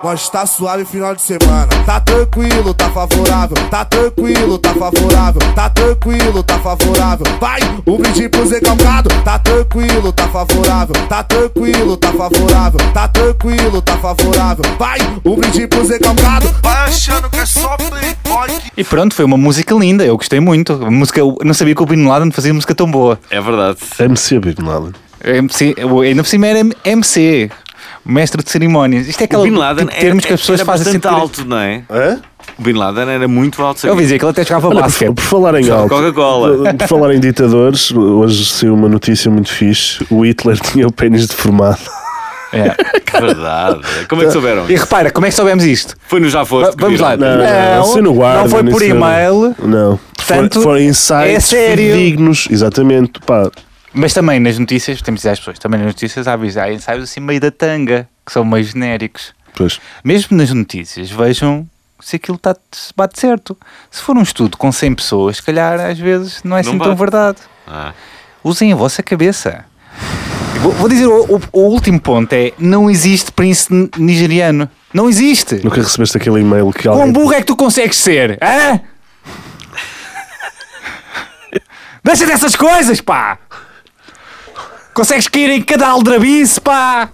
Speaker 4: Nós tá suave final de semana. Tá tranquilo, tá favorável. Tá tranquilo, tá favorável. Tá tranquilo, tá favorável. Vai, um brinde pro Zé Calcado. Tá tranquilo, tá favorável. Tá tranquilo, tá favorável. Tá tranquilo, tá favorável. Vai, um brinde pro Zé Calcado. Vai achando que é só playboy que
Speaker 3: E pronto, foi uma música linda, eu gostei muito. A música, eu não sabia que o Bin Laden fazia música tão boa. É
Speaker 1: É verdade.
Speaker 2: MC Bin Laden.
Speaker 3: MC, eu- ainda por cima era M- MC, mestre de cerimónias. Isto é
Speaker 1: O
Speaker 3: aquele
Speaker 1: Bin Laden
Speaker 3: tipo de termos
Speaker 1: era,
Speaker 3: que as pessoas
Speaker 1: era
Speaker 3: fazem
Speaker 1: bastante
Speaker 3: sentir-
Speaker 1: alto, não é?
Speaker 2: Hã?
Speaker 1: O Bin Laden era muito alto.
Speaker 3: Eu ouvi dizer que ele até jogava
Speaker 2: Olha,
Speaker 3: basquete.
Speaker 2: por, por falar em alto,
Speaker 1: Coca-Cola.
Speaker 2: [laughs] por falar em ditadores, hoje saiu uma notícia muito fixe. O Hitler [laughs] tinha o pênis deformado.
Speaker 3: É.
Speaker 1: Verdade. Como é que souberam?
Speaker 3: E repara, como é que soubemos isto?
Speaker 1: Foi no Já Foste.
Speaker 3: Va-
Speaker 1: que
Speaker 3: vamos
Speaker 1: viram.
Speaker 3: lá.
Speaker 2: Não,
Speaker 3: [laughs] Não,
Speaker 2: saiu no Guardian,
Speaker 3: não foi por
Speaker 2: isso não.
Speaker 3: e-mail.
Speaker 2: Não.
Speaker 3: Portanto,
Speaker 2: Foram- foram insights
Speaker 3: é sério.
Speaker 2: dignos. Exatamente. Pá,
Speaker 3: Mas também nas notícias, temos de dizer às pessoas, também nas notícias há, avis- há ensaios assim meio da tanga, que são meio genéricos.
Speaker 2: pois.
Speaker 3: Mesmo nas notícias, vejam se aquilo tá, se bate certo. Se for um estudo com 100 pessoas, se calhar às vezes não é assim tão
Speaker 1: bate.
Speaker 3: verdade.
Speaker 1: Ah.
Speaker 3: Usem a vossa cabeça. Vou, vou dizer, o, o- o último ponto é, não existe príncipe nigeriano. Não existe.
Speaker 2: Nunca recebeste aquele e-mail que
Speaker 3: Quão
Speaker 2: alguém.
Speaker 3: burro é que tu consegues ser? Hã? Deixa dessas coisas, pá! Consegues cair em cada aldrabice, pá!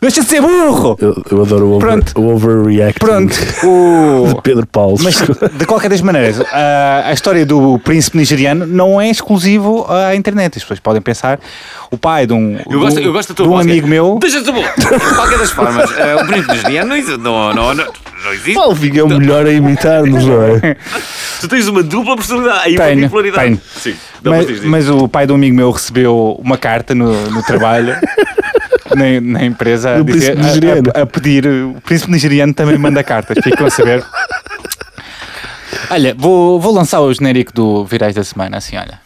Speaker 3: Deixa de ser burro!
Speaker 2: Eu, eu adoro o, over,
Speaker 3: Pronto.
Speaker 2: o overreacting
Speaker 3: Pronto,
Speaker 2: de
Speaker 3: o...
Speaker 2: Pedro Paulo. [laughs]
Speaker 3: mas de qualquer das maneiras, a, a história do príncipe nigeriano não é exclusivo à internet. As pessoas podem pensar, o pai de um,
Speaker 1: Eu gosto, eu gosto da
Speaker 3: de
Speaker 1: tua
Speaker 3: um
Speaker 1: voz, que é,
Speaker 3: amigo meu.
Speaker 1: Deixa-te
Speaker 3: [laughs]
Speaker 1: de De qualquer das formas, eh, o Bruno Nigeriano não, exi- não, não, não, não existe.
Speaker 2: Paulo Vinha é o melhor a imitar-nos, não é?
Speaker 1: Tu tens uma dupla personalidade. Aí uma
Speaker 3: Tenho,
Speaker 1: bipolaridade.
Speaker 3: tenho.
Speaker 1: Sim, dá para
Speaker 3: Mas,
Speaker 1: dizer.
Speaker 3: mas o pai de um amigo meu recebeu uma carta no, no trabalho. [laughs] Na, na empresa a,
Speaker 2: Do
Speaker 3: dizer-
Speaker 2: príncipe nigeriano.
Speaker 3: a- a- a pedir o príncipe nigeriano também manda cartas, ficam a saber. Olha, vou, vou lançar o genérico do Virais da Semana, assim, olha.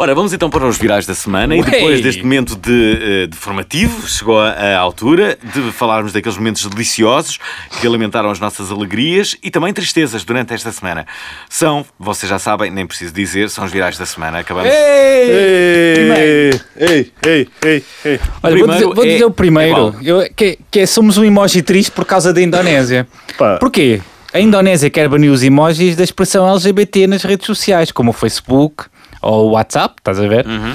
Speaker 1: Ora, vamos então para os virais da semana e
Speaker 3: Ué!
Speaker 1: depois deste momento de, eh, de formativo, chegou a, a altura de falarmos daqueles momentos deliciosos que alimentaram as nossas alegrias e também tristezas durante esta semana. São, vocês já sabem, nem preciso dizer, são os virais da semana. Acabamos.
Speaker 3: É.
Speaker 2: Ei, ei, ei, ei, ei.
Speaker 3: Olha, vou dizer,
Speaker 1: primeiro
Speaker 3: vou
Speaker 1: é-
Speaker 3: dizer o
Speaker 1: é
Speaker 3: primeiro,
Speaker 1: qual?
Speaker 3: Eu- que, que é, somos um emoji triste por causa da Indonésia.
Speaker 1: [laughs]
Speaker 2: Pá.
Speaker 3: Porquê? A Indonésia quer banir os emojis da expressão LGBT nas redes sociais, como o Facebook ou o WhatsApp, estás a ver?
Speaker 1: Uhum.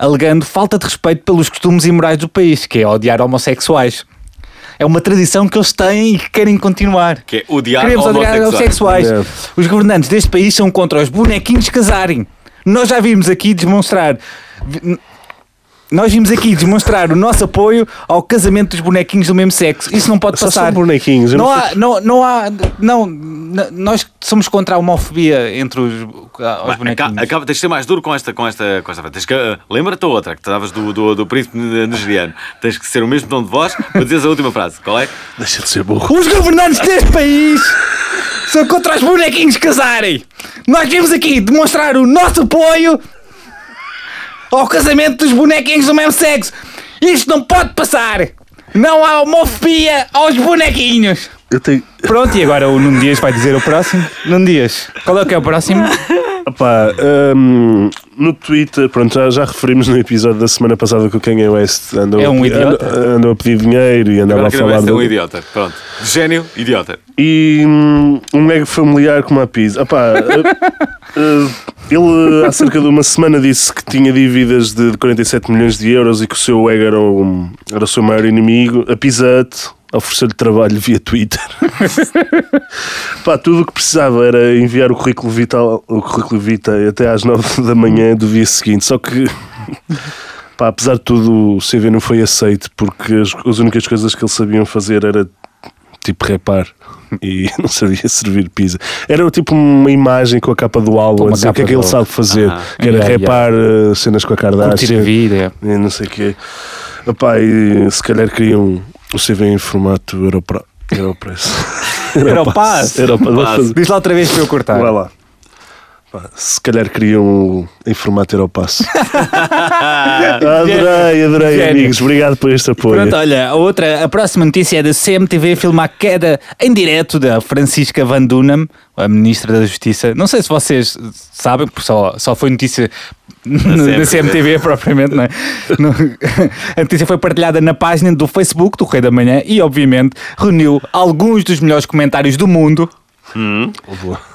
Speaker 3: Alegando falta de respeito pelos costumes e morais do país, que é odiar homossexuais. É uma tradição que eles têm e que querem continuar.
Speaker 1: Que é odiar
Speaker 3: Queremos odiar
Speaker 1: homossexuais.
Speaker 3: homossexuais.
Speaker 2: É.
Speaker 3: Os governantes deste país são contra os bonequinhos casarem. Nós já vimos aqui demonstrar. vi- Nós vimos aqui demonstrar o nosso apoio ao casamento dos bonequinhos do mesmo sexo. Isso não pode
Speaker 2: Só
Speaker 3: passar.
Speaker 2: são bonequinhos. eu
Speaker 3: Não
Speaker 2: não
Speaker 3: há, não, não há, não, n- nós somos contra a homofobia entre os, ah, os
Speaker 1: Mas aca-
Speaker 3: bonequinhos.
Speaker 1: Acaba, tens de ser mais duro com esta. Com esta, com esta tens que, ah, lembra-te a outra, que tu davas do, do, do príncipe nigeriano. Tens que ser o mesmo tom de voz para dizeres a última frase. Qual é?
Speaker 2: sei. Deixa de ser burro.
Speaker 3: Os governantes deste país são contra os bonequinhos casarem. Nós vimos aqui demonstrar o nosso apoio ao casamento dos bonequinhos do mesmo sexo. Isto não pode passar. Não há homofobia aos bonequinhos.
Speaker 2: Eu tenho.
Speaker 3: Pronto, e agora o Nuno Dias vai dizer o próximo. Nuno Dias, qual é que é o próximo?
Speaker 2: Opá, hum, no Twitter, pronto, já, já referimos no episódio da semana passada que o Kanye West andou,
Speaker 3: É um
Speaker 2: a, pe-
Speaker 3: idiota.
Speaker 2: andou- andou a pedir dinheiro e andava
Speaker 1: Agora
Speaker 2: a
Speaker 1: que não
Speaker 2: falar
Speaker 1: é um
Speaker 2: de,
Speaker 1: idiota. Pronto. Gênio, idiota.
Speaker 2: e hum, um mega familiar como a pizza.
Speaker 1: [laughs]
Speaker 2: Opá, eh, eh, ele há cerca de uma semana disse que tinha dívidas de 47 milhões de euros e que o seu ego era, um- era o seu maior inimigo. A Pizza Hut ofereceu-lhe trabalho via Twitter. Pá, tudo o que precisava era enviar o currículo vital, o currículo vitae até às 9 da manhã do dia seguinte. Só que [laughs] Pá, apesar de tudo, o CV não foi aceito porque as, as únicas coisas que eles sabiam fazer era tipo repar e [laughs] não sabia servir pizza. Era tipo uma imagem com a capa do álbum,
Speaker 3: Uma
Speaker 2: a dizer o que é
Speaker 3: capa
Speaker 2: que
Speaker 3: do Ah,
Speaker 2: ele sabe fazer, que era
Speaker 3: Yeah,
Speaker 2: repar eh, cenas com a Kardashian
Speaker 3: vida.
Speaker 2: e não sei o quê. Opá, e se calhar queriam o CV em formato Europro.
Speaker 3: [laughs]
Speaker 2: Europress.
Speaker 3: Europass.
Speaker 2: Europass. Vou fazer-
Speaker 3: Diz lá outra vez para eu cortar.
Speaker 2: Vai lá. Pá, se calhar queriam em formato
Speaker 3: [laughs]
Speaker 2: Europass. adorei, adorei,
Speaker 3: Gênio.
Speaker 2: amigos. Obrigado por este apoio.
Speaker 3: Pronto, olha, a outra, a próxima notícia é da CMTV filma a queda em direto da Francisca Van Dunham, a Ministra da Justiça. Não sei se vocês sabem, porque só, só foi notícia
Speaker 1: CMTV.
Speaker 3: [laughs] da CMTV propriamente, não é? No- A notícia foi partilhada na página do Facebook do Rei da Manhã e, obviamente, reuniu alguns dos melhores comentários do mundo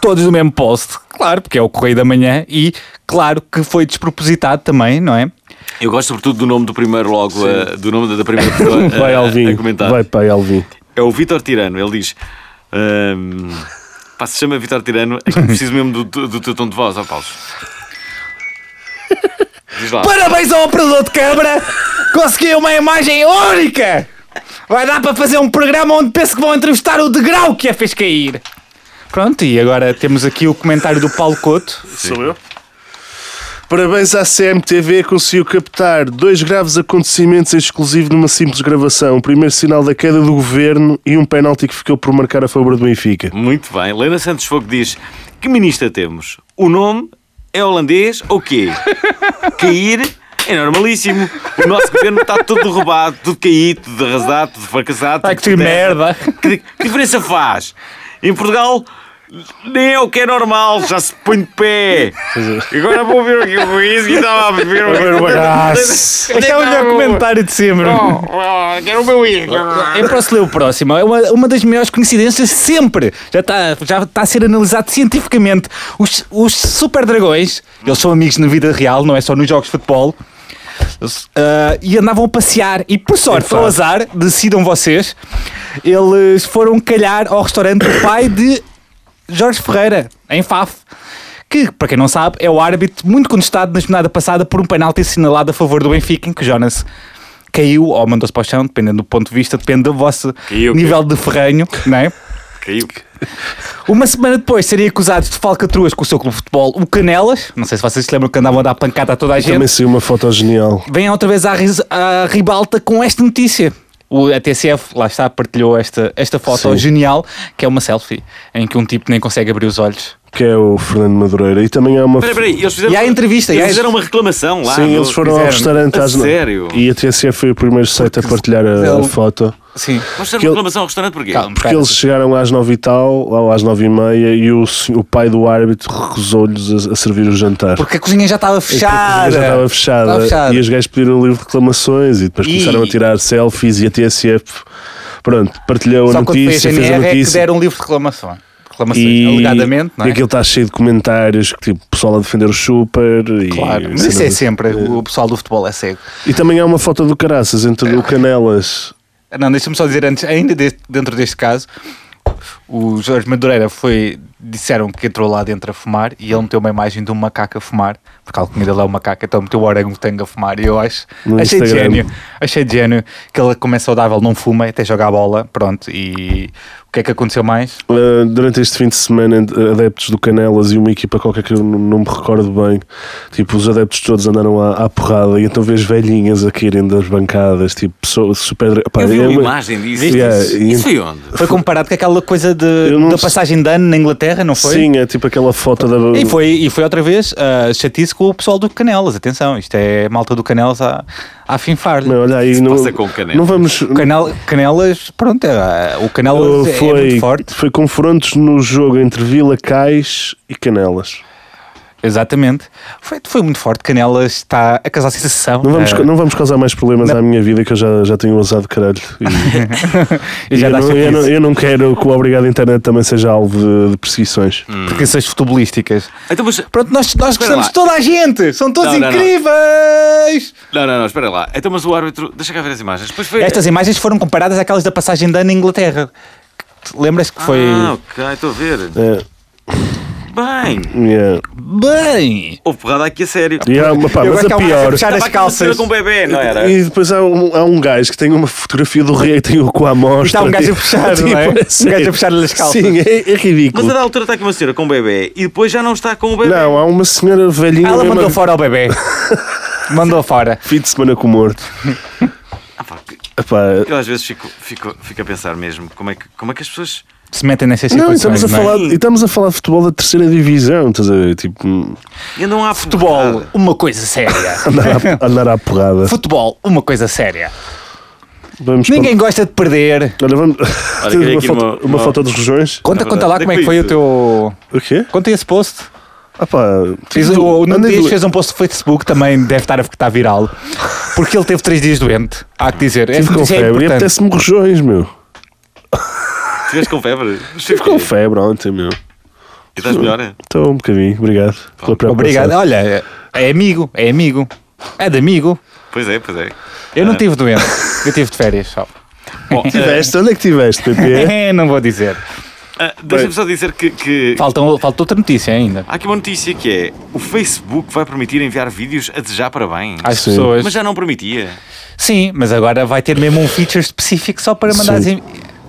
Speaker 3: todos no mesmo post. Claro, porque é o Correio da Manhã e, claro, que foi despropositado também, não é?
Speaker 1: Eu gosto sobretudo do nome do primeiro logo, eh, do nome da- da primeira pessoa eh,
Speaker 2: [laughs] Vai,
Speaker 1: a-
Speaker 2: Alvin.
Speaker 1: a comentar.
Speaker 2: Vai, pai, Alvin.
Speaker 1: É o Vitor Tirano, ele diz. ehm, pá, se chama Vitor Tirano, é que eu preciso mesmo do, do, do teu tom de voz, ó
Speaker 2: [laughs]
Speaker 1: Paulo. Diz lá.
Speaker 3: Parabéns ao operador de câmara! Conseguiu uma imagem única! Vai dar para fazer um programa onde penso que vão entrevistar o degrau que a fez cair. Pronto, e agora temos aqui o comentário do Paulo Couto.
Speaker 2: Sou eu? Parabéns à CMTV, conseguiu captar dois graves acontecimentos em exclusivo numa simples gravação. O primeiro sinal da queda do governo e um penalti que ficou por marcar a favor do Benfica.
Speaker 1: Muito bem. Lena Santos Fogo diz: Que ministra temos? O nome é holandês ou
Speaker 3: [laughs]
Speaker 1: quê? Cair é normalíssimo. O nosso governo está todo derrubado, tudo caído, tudo arrasado, tudo fracassado.
Speaker 3: Ai,
Speaker 1: tudo terra.
Speaker 3: que merda.
Speaker 1: Que, que diferença faz? Em Portugal. Nem é o que é normal, já se põe de pé.
Speaker 3: é.
Speaker 1: Agora vou ver o que o isso que estava a beber.
Speaker 3: Este é o melhor comentário de sempre.
Speaker 1: Quero o meu uísque.
Speaker 3: Eu posso ler o próximo. É uma, uma das melhores coincidências sempre. Já está já tá a ser analisado cientificamente. Os, os super dragões, eles são amigos na vida real, não é só nos jogos de futebol. Eles, ah, e andavam a passear. E por sorte, ao azar, decidam vocês, eles foram calhar ao restaurante do pai de Jorge Ferreira, em Faf. Que, para quem não sabe, é o árbitro muito contestado na jornada passada por um penalti assinalado a favor do Benfica, em que o Jonas caiu ou mandou-se para o chão, dependendo do ponto de vista, depende do vosso
Speaker 1: Caiu,
Speaker 3: nível de ferranho, não é?
Speaker 1: Caiu.
Speaker 3: Uma semana depois seria acusados de falcatruas com o seu clube de futebol, o Canelas. Não sei se vocês se lembram que andavam a dar pancada a toda a gente.
Speaker 2: Também saiu é uma foto genial.
Speaker 3: Venha outra vez à, ris- à ribalta com esta notícia. O TCF, lá está, partilhou esta, esta foto
Speaker 2: Sim.
Speaker 3: genial, que é uma selfie, em que um tipo nem consegue abrir os olhos.
Speaker 2: Que é o Fernando Madureira. E também há uma.
Speaker 1: Espera, espera aí, eles fizeram,
Speaker 3: E há entrevista, e
Speaker 1: eles
Speaker 3: há-
Speaker 1: fizeram uma reclamação lá.
Speaker 2: Sim,
Speaker 1: no-
Speaker 2: eles foram
Speaker 3: fizeram.
Speaker 2: ao restaurante
Speaker 1: A
Speaker 2: às no-
Speaker 1: sério?
Speaker 2: E a TSE foi o primeiro site a partilhar a, a
Speaker 3: ele-
Speaker 2: foto.
Speaker 3: Sim.
Speaker 1: Mas fizeram
Speaker 2: que ele-
Speaker 1: reclamação ao restaurante porquê?
Speaker 3: Calma,
Speaker 2: Porque eles chegaram às nove e tal, ou às nove e meia, e o, sen- o pai do árbitro recusou-lhes a, a servir o jantar.
Speaker 3: Porque a cozinha já estava
Speaker 2: É A
Speaker 3: fechada.
Speaker 2: cozinha já estava fechada.
Speaker 3: Estava fechada.
Speaker 2: E os gajos pediram um livro de reclamações e depois
Speaker 3: E-
Speaker 2: começaram a tirar selfies e a TSF. Pronto, partilhou a
Speaker 3: Só quando fez
Speaker 2: notícia, fez a
Speaker 3: GNR é que
Speaker 2: notícia.
Speaker 3: deram um livro de reclamação. Reclamações,
Speaker 2: E,
Speaker 3: alegadamente, não é?
Speaker 2: e aquilo está cheio de comentários que tipo, o pessoal a defender o super e, assim.
Speaker 3: Claro, mas isso é sempre. O pessoal do futebol é cego.
Speaker 2: e também há uma foto do Caraças entre o Canelas
Speaker 3: Não, deixa-me só dizer antes, ainda deste- dentro deste caso, o Jorge Madureira foi. Disseram que entrou lá dentro a fumar e ele meteu uma imagem de um macaco a fumar, porque a comida lá é um macaco, então meteu o orangotango a fumar. E eu acho.
Speaker 2: No
Speaker 3: achei de
Speaker 2: Instagram.
Speaker 3: gênio. Achei de gênio que ele começa saudável, não fuma, até joga a bola, pronto. E o que é que aconteceu mais?
Speaker 2: Uh, durante este fim de semana, ad- adeptos do Canelas e uma equipa qualquer que eu n- não me recordo bem, tipo, os adeptos todos andaram à, à porrada e então vês velhinhas a caírem das bancadas, tipo, pessoas super. pá,
Speaker 1: Eu vi
Speaker 2: é
Speaker 1: uma
Speaker 2: uma-
Speaker 1: imagem disso.
Speaker 2: Viste É,
Speaker 1: Yeah,
Speaker 2: isso?
Speaker 1: Isso foi onde?
Speaker 3: Foi comparado com aquela coisa
Speaker 2: Eu
Speaker 3: de,
Speaker 2: não
Speaker 3: da
Speaker 2: sei.
Speaker 3: passagem de ano na Inglaterra, não foi?
Speaker 2: Sim, é tipo aquela foto da.
Speaker 3: E foi, e foi outra vez uh, chatice com o pessoal do Canelas. Atenção, isto é malta do Canelas a, a finfar.
Speaker 2: Não, olha aí, não,
Speaker 1: passa com o Canelas?
Speaker 2: não vamos.
Speaker 3: Canel, Canelas, pronto, é, o Canelas
Speaker 2: Uh,
Speaker 3: é- é
Speaker 2: foi,
Speaker 3: muito forte.
Speaker 2: foi confrontos no jogo entre Vila Cais e Canelas.
Speaker 3: Exatamente. Foi, foi muito forte. Canelas está a causar sensação.
Speaker 2: Não vamos,
Speaker 3: Uh, [laughs]
Speaker 2: não vamos causar mais problemas à minha vida que eu já, já tenho usado, caralho. E-
Speaker 3: eu já
Speaker 2: eu,
Speaker 3: dá
Speaker 2: não, eu, não,
Speaker 3: chatice.
Speaker 2: eu não quero que o Obrigado Internet também seja alvo de, de perseguições.
Speaker 3: Hum. Perseguições futebolísticas.
Speaker 1: Então, mas,
Speaker 3: Pronto, nós,
Speaker 1: Espera
Speaker 3: nós gostamos
Speaker 1: lá.
Speaker 3: de toda a gente. São todos
Speaker 1: Não, não, não.
Speaker 3: incríveis.
Speaker 1: não, não, não, espera lá. Então, mas o árbitro. Deixa cá ver as imagens. Depois foi.
Speaker 3: Estas imagens foram comparadas àquelas da passagem de ano na Inglaterra. Lembras que foi.
Speaker 1: Ah, ok, estou a ver.
Speaker 2: É,
Speaker 1: Bem,
Speaker 2: yeah.
Speaker 3: Bem!
Speaker 1: houve porrada aqui a sério.
Speaker 2: E há uma- pá,
Speaker 3: Eu
Speaker 2: mas
Speaker 3: gosto
Speaker 2: a
Speaker 3: que há uma
Speaker 2: pior.
Speaker 3: fechada.
Speaker 1: Estava
Speaker 3: as
Speaker 1: aqui uma cena
Speaker 3: calças.
Speaker 1: com um bebê, não era?
Speaker 2: E depois há um, há um gajo que tem uma fotografia do rei, tem o com a mostra.
Speaker 3: E está um gajo
Speaker 2: [laughs]
Speaker 3: a
Speaker 2: tipo-
Speaker 3: puxar, não é? Um
Speaker 2: assim.
Speaker 3: gajo a puxar-lhe as calças.
Speaker 2: Sim, é, é
Speaker 1: Mas a
Speaker 2: ridículo.
Speaker 1: da altura está aqui uma senhora com um bebê e depois já não está com o bebê.
Speaker 2: Não, há uma senhora velhinha.
Speaker 3: Ah, ela
Speaker 2: mesmo
Speaker 3: mandou
Speaker 2: a-
Speaker 3: fora
Speaker 2: [laughs]
Speaker 3: o bebê. mandou fora.
Speaker 2: Fim de semana com o morto.
Speaker 1: Ah, pá, que-
Speaker 2: Epá,
Speaker 1: eu às vezes fico, fico, fico a pensar mesmo como é que, como é que as pessoas.
Speaker 3: Se metem nessas
Speaker 2: Não, e estamos
Speaker 3: situações.
Speaker 2: a,
Speaker 3: é?
Speaker 2: falar, e estamos a falar de futebol da terceira divisão, estás a ver? Tipo,
Speaker 1: E andam à
Speaker 3: Futebol,
Speaker 2: Ah.
Speaker 1: porrada.
Speaker 3: uma
Speaker 2: [laughs]
Speaker 3: coisa séria.
Speaker 2: andar
Speaker 3: [laughs]
Speaker 2: à, andar à porrada.
Speaker 3: Futebol, uma coisa séria.
Speaker 2: Vamos para-
Speaker 3: Ninguém gosta de perder.
Speaker 2: Olha, vamos. [laughs] Tens
Speaker 1: queria
Speaker 2: uma,
Speaker 1: aqui
Speaker 2: foto,
Speaker 1: uma-
Speaker 2: uma
Speaker 1: uma-
Speaker 2: foto dos rojões?
Speaker 3: Conta,
Speaker 1: Na
Speaker 3: conta lá
Speaker 1: verdade,
Speaker 3: como é que
Speaker 1: é
Speaker 3: foi o
Speaker 1: isso.
Speaker 3: teu.
Speaker 2: O quê?
Speaker 3: Conta esse post.
Speaker 2: Ah, pá.
Speaker 3: Fiz, o o Nuno
Speaker 2: andei
Speaker 3: Dias
Speaker 2: do-
Speaker 3: fez um post no Facebook, também deve estar a ficar viral. Porque ele teve três dias doente. Há que dizer. É,
Speaker 2: Tive com
Speaker 3: isso é
Speaker 2: febre e
Speaker 3: importante.
Speaker 2: apetece-me rojões, meu.
Speaker 1: Tiveste com febre? Mas
Speaker 2: Tive com febre ontem, meu.
Speaker 1: E estás melhor? é?
Speaker 2: Estou um bocadinho, obrigado pela preocupação.
Speaker 3: Obrigado. Olha, é- é amigo, é amigo. É de amigo.
Speaker 1: Pois é, pois é.
Speaker 3: Eu não tive doente. Eu tive de férias só. É,
Speaker 1: Bom, eh,
Speaker 2: Tiveste? Onde é que tiveste,
Speaker 3: [laughs]
Speaker 2: PP?
Speaker 3: não vou dizer.
Speaker 1: ah, deixa-me só dizer que- que,
Speaker 3: Faltam, falta outra notícia ainda.
Speaker 1: Há aqui uma notícia que é: o Facebook vai permitir enviar vídeos a desejar parabéns.
Speaker 3: Às
Speaker 2: Sim.
Speaker 3: pessoas.
Speaker 1: Mas já não permitia.
Speaker 3: Sim, mas agora vai ter mesmo um feature específico só para mandar as em-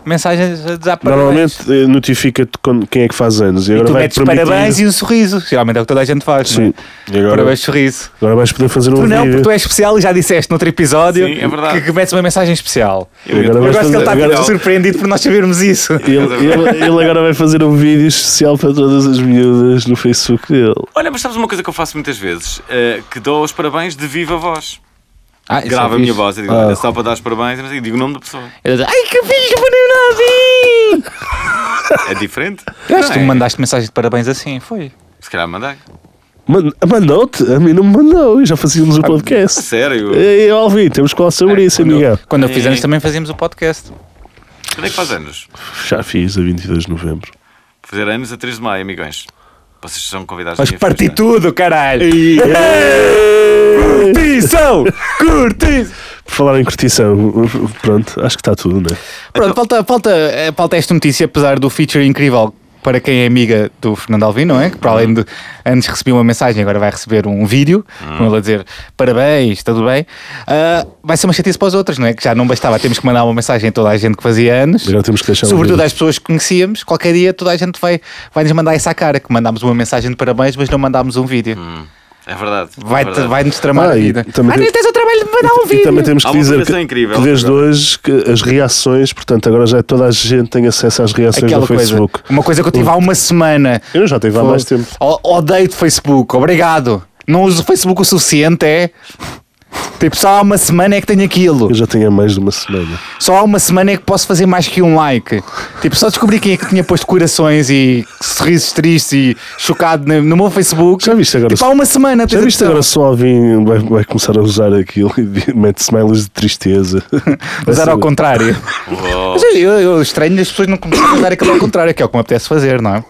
Speaker 3: mensagens a dizer parabéns.
Speaker 2: Normalmente eh, notifica-te quando- quem é que faz anos. E
Speaker 3: E
Speaker 2: agora
Speaker 3: tu
Speaker 2: vai
Speaker 3: metes parabéns e um sorriso. Geralmente é o que toda a gente faz.
Speaker 2: Sim.
Speaker 3: não é?
Speaker 2: E agora,
Speaker 3: Parabéns, sorriso.
Speaker 2: agora vais poder fazer um
Speaker 3: Tu não, porque
Speaker 2: vídeo.
Speaker 3: tu és especial e já disseste noutro episódio
Speaker 1: Sim, é verdade.
Speaker 3: que, que metes uma mensagem especial.
Speaker 2: E agora vais
Speaker 3: Eu gosto que ele
Speaker 2: fazer-
Speaker 3: está
Speaker 2: agora-
Speaker 3: muito surpreendido por nós sabermos isso.
Speaker 2: Ele, ele- ele agora vai fazer um vídeo especial para todas as miúdas no Facebook dele.
Speaker 1: Olha, mas sabes uma coisa que eu faço muitas vezes? Eh, que dou os parabéns de viva voz.
Speaker 3: Ah, isso é
Speaker 1: Gravo a
Speaker 3: fixe.
Speaker 1: minha voz e digo:
Speaker 2: Ah.
Speaker 1: olha, só para dar os parabéns, mas eu digo o nome da pessoa.
Speaker 3: Ele diz, Ai que assim." fixe, Bruno Nozzi!
Speaker 1: É
Speaker 3: [laughs]
Speaker 1: diferente?
Speaker 3: Eu acho
Speaker 1: Não
Speaker 3: que tu
Speaker 1: é?
Speaker 3: me mandaste mensagem de parabéns assim, foi.
Speaker 1: Se calhar mandar.
Speaker 2: Man- Mandou-te? A mim não me mandou. Eu já fazíamos o podcast.
Speaker 1: Sério?
Speaker 3: Eh.
Speaker 2: Ei, Alvi, temos que falar sobre isso, amigão.
Speaker 3: Quando eu fiz
Speaker 1: É.
Speaker 3: anos também fazíamos o podcast.
Speaker 1: Quando é que faz anos?
Speaker 2: Já fiz a 22 de novembro.
Speaker 1: Fazer anos a 3 de maio, amigões. Vocês são convidados à
Speaker 3: Mas
Speaker 1: minha
Speaker 3: parti
Speaker 1: festa.
Speaker 3: tudo, caralho! Curtição! Curtição!
Speaker 2: Por falar em curtição, pronto, acho que está tudo, não é?
Speaker 3: Pronto, falta, falta, eh, falta esta notícia, apesar do feature incrível para quem é amiga do Fernando Alvim, não é? Que para além de antes recebia uma mensagem, agora vai receber um vídeo
Speaker 2: Hum.
Speaker 3: com ele a dizer parabéns, tudo bem. Ah, vai ser uma chatice para os outros, não é? Que já não bastava, temos que mandar uma mensagem a toda a gente que fazia anos.
Speaker 2: Agora temos que deixar um
Speaker 3: Sobretudo
Speaker 2: vídeo.
Speaker 3: às pessoas que conhecíamos, qualquer dia toda a gente vai, vai nos mandar essa cara, que mandámos uma mensagem de parabéns, mas não mandámos um vídeo.
Speaker 1: É verdade. é
Speaker 3: Vai,
Speaker 1: verdade.
Speaker 3: vai nos tramar
Speaker 2: Hum, Ah,
Speaker 3: a
Speaker 2: e
Speaker 3: vida.
Speaker 2: também
Speaker 3: ah, nem
Speaker 2: tem-
Speaker 3: tens o trabalho de mandar um
Speaker 2: [laughs] E
Speaker 3: vídeo.
Speaker 2: também temos que
Speaker 1: é Há uma
Speaker 2: dizer
Speaker 1: cooperação
Speaker 2: que,
Speaker 1: incrível.
Speaker 2: que desde hoje que as reações, portanto, agora já é toda a gente tem acesso às reações
Speaker 3: Aquela
Speaker 2: do
Speaker 3: coisa,
Speaker 2: Facebook.
Speaker 3: uma coisa que eu tive há uma semana.
Speaker 2: Eu já tive há
Speaker 3: Foi-
Speaker 2: mais tempo.
Speaker 3: O- Odeio de Facebook, obrigado. Não uso o Facebook o suficiente, é. Tipo, só há uma semana é que tenho aquilo.
Speaker 2: Eu já tenho há mais de uma semana.
Speaker 3: Só há uma semana é que posso fazer mais que um like. Tipo, só descobri quem é que tinha posto corações e sorrisos tristes e chocado no, no meu Facebook.
Speaker 2: Já viste agora
Speaker 3: Tipo,
Speaker 2: o-
Speaker 3: há uma semana.
Speaker 2: Já
Speaker 3: tens
Speaker 2: viste
Speaker 3: atenção.
Speaker 2: agora só alguém vai, vai começar a usar aquilo e mete smileys de
Speaker 3: [laughs]
Speaker 2: tristeza.
Speaker 3: Usar
Speaker 2: [laughs]
Speaker 3: ao contrário.
Speaker 1: Oh,
Speaker 3: Mas eu, eu- eu estranho as pessoas não começarem a usar aquilo ao contrário, que é o que me apetece fazer, não é?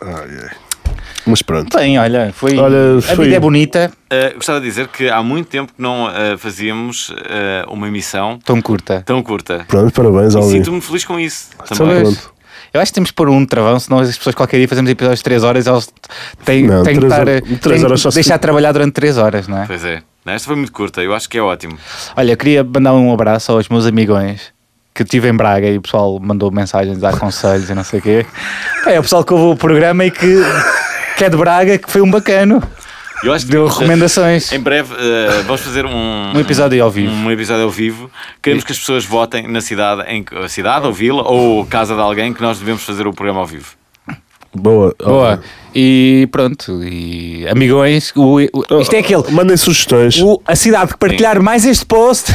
Speaker 2: Mas pronto.
Speaker 3: Bem, olha, foi.
Speaker 2: Olha,
Speaker 3: a
Speaker 2: foi-
Speaker 3: vida é bonita,
Speaker 1: eh, gostava de dizer que há muito tempo que não eh, fazíamos eh, uma emissão
Speaker 3: tão curta.
Speaker 1: tão curta.
Speaker 2: Pronto, parabéns,
Speaker 3: Então,
Speaker 1: E
Speaker 2: Alvin.
Speaker 1: sinto-me feliz com isso
Speaker 3: Ah,
Speaker 2: Então
Speaker 1: também.
Speaker 3: Pois.
Speaker 2: pronto.
Speaker 3: Eu acho que temos que pôr um travão, senão as pessoas qualquer dia fazemos episódios de 3 horas, elas têm,
Speaker 2: Não,
Speaker 3: têm que
Speaker 2: três
Speaker 3: estar.
Speaker 2: horas-
Speaker 3: têm
Speaker 2: três
Speaker 3: que
Speaker 2: horas só se-
Speaker 3: deixar de trabalhar durante 3 horas, não é?
Speaker 1: Pois é. Não, Esta foi muito curta, eu acho que é ótimo.
Speaker 3: Olha, eu queria mandar um abraço aos meus amigões que eu tive em Braga e o pessoal mandou mensagens, dar conselhos e não sei
Speaker 2: [laughs]
Speaker 3: o quê. É o pessoal que ouve o programa e que, que é de Braga, que foi um bacano.
Speaker 2: Tá
Speaker 1: Eu acho que
Speaker 3: Deu recomendações.
Speaker 1: Em breve eh, vamos fazer um,
Speaker 3: Um episódio ao vivo.
Speaker 1: Um episódio ao vivo. Queremos que as pessoas votem na cidade, em que- a cidade ou vila ou casa de alguém que nós devemos fazer o programa ao vivo.
Speaker 2: Boa.
Speaker 3: Boa.
Speaker 2: Alvin.
Speaker 3: E pronto, e amigões, o- o- isto é aquele.
Speaker 2: Mandem sugestões.
Speaker 3: o- a cidade que partilhar mais este
Speaker 1: [laughs]
Speaker 3: post,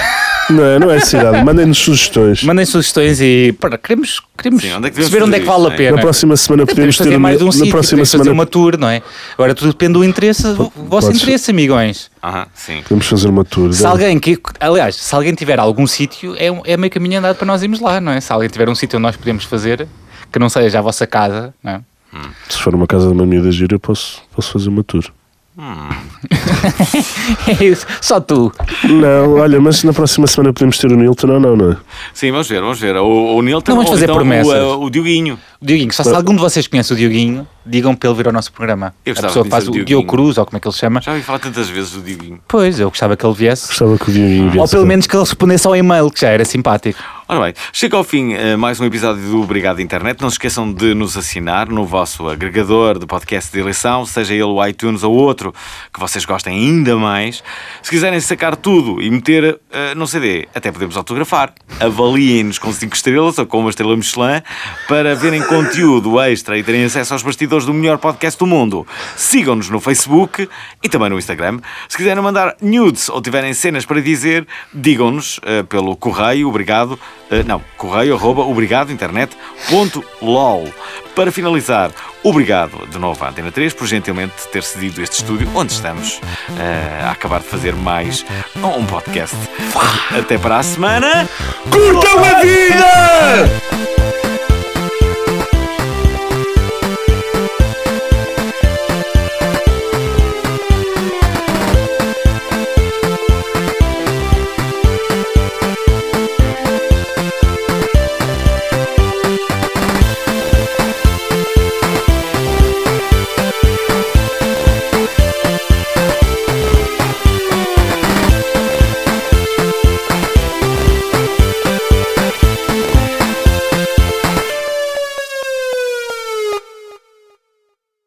Speaker 2: Não, é- não é cidade. Mandem-nos sugestões.
Speaker 3: mandem sugestões e pá, queremos, queremos
Speaker 1: Sim, onde é que devemos
Speaker 3: perceber onde é
Speaker 1: fazer
Speaker 3: que vale
Speaker 1: isto,
Speaker 3: a
Speaker 1: né?
Speaker 3: pena.
Speaker 2: Na próxima semana podemos
Speaker 3: Podemos
Speaker 2: ter
Speaker 3: fazer
Speaker 2: uma,
Speaker 3: mais de um
Speaker 2: na
Speaker 3: sítio,
Speaker 2: próxima
Speaker 3: podemos fazer
Speaker 2: semana
Speaker 3: uma tour, não é? Agora tudo depende do interesse, do vosso
Speaker 2: podes-
Speaker 3: interesse, amigões.
Speaker 1: Aham, sim.
Speaker 2: podemos fazer uma tour.
Speaker 3: Se alguém que, aliás, se alguém tiver algum sítio, é, um- é meio caminho andado para nós irmos lá, não é? Se alguém tiver um sítio onde nós podemos fazer, que não seja a vossa casa, não é? [laughs]
Speaker 2: Se for uma casa de uma miúda gira, eu posso, posso fazer uma tour.
Speaker 3: É isso, só tu.
Speaker 2: Não, olha, mas na próxima semana podemos ter o Nilton ou não, não é?
Speaker 1: Sim, vamos ver, vamos ver. Ou o Nilton
Speaker 3: Não vamos
Speaker 1: ou
Speaker 3: fazer
Speaker 1: então
Speaker 3: promessas.
Speaker 1: O, eh, o Dioguinho.
Speaker 3: Dioguinho, só se algum de vocês conhece o Dioguinho, digam para ele vir ao nosso programa.
Speaker 1: Eu
Speaker 3: a
Speaker 1: gostava
Speaker 3: pessoa
Speaker 1: de
Speaker 3: que faz
Speaker 1: conhecer
Speaker 3: o
Speaker 1: o
Speaker 3: Diogo,
Speaker 1: Dioguinho.
Speaker 3: Cruz, ou como é que ele se chama.
Speaker 1: Já ouvi falar tantas vezes do Dioguinho.
Speaker 3: Pois, eu gostava que ele viesse.
Speaker 2: Gostava que o Dioguinho viesse.
Speaker 3: Ou pelo menos que ele respondesse ao e-mail, que já era simpático.
Speaker 1: Ora bem, chega ao fim eh, mais um episódio do Obrigado Internet. Não se esqueçam de nos assinar no vosso agregador de podcast de eleição, seja ele o iTunes ou outro que vocês gostem ainda mais. Se quiserem sacar tudo e meter eh, num CD, até podemos autografar. Avaliem-nos com 5 estrelas ou com uma estrela Michelin para verem conteúdo extra e terem acesso aos bastidores do melhor podcast do mundo. Sigam-nos no Facebook e também no Instagram. Se quiserem mandar nudes ou tiverem cenas para dizer, digam-nos eh, pelo correio, obrigado, eh, não, correio, arroba, obrigado, internet, ponto, lol. Para finalizar, obrigado de novo à Antena 3 por gentilmente ter cedido este estúdio onde estamos eh, a acabar de fazer mais um podcast. Até para a semana.
Speaker 2: Curtam a vida!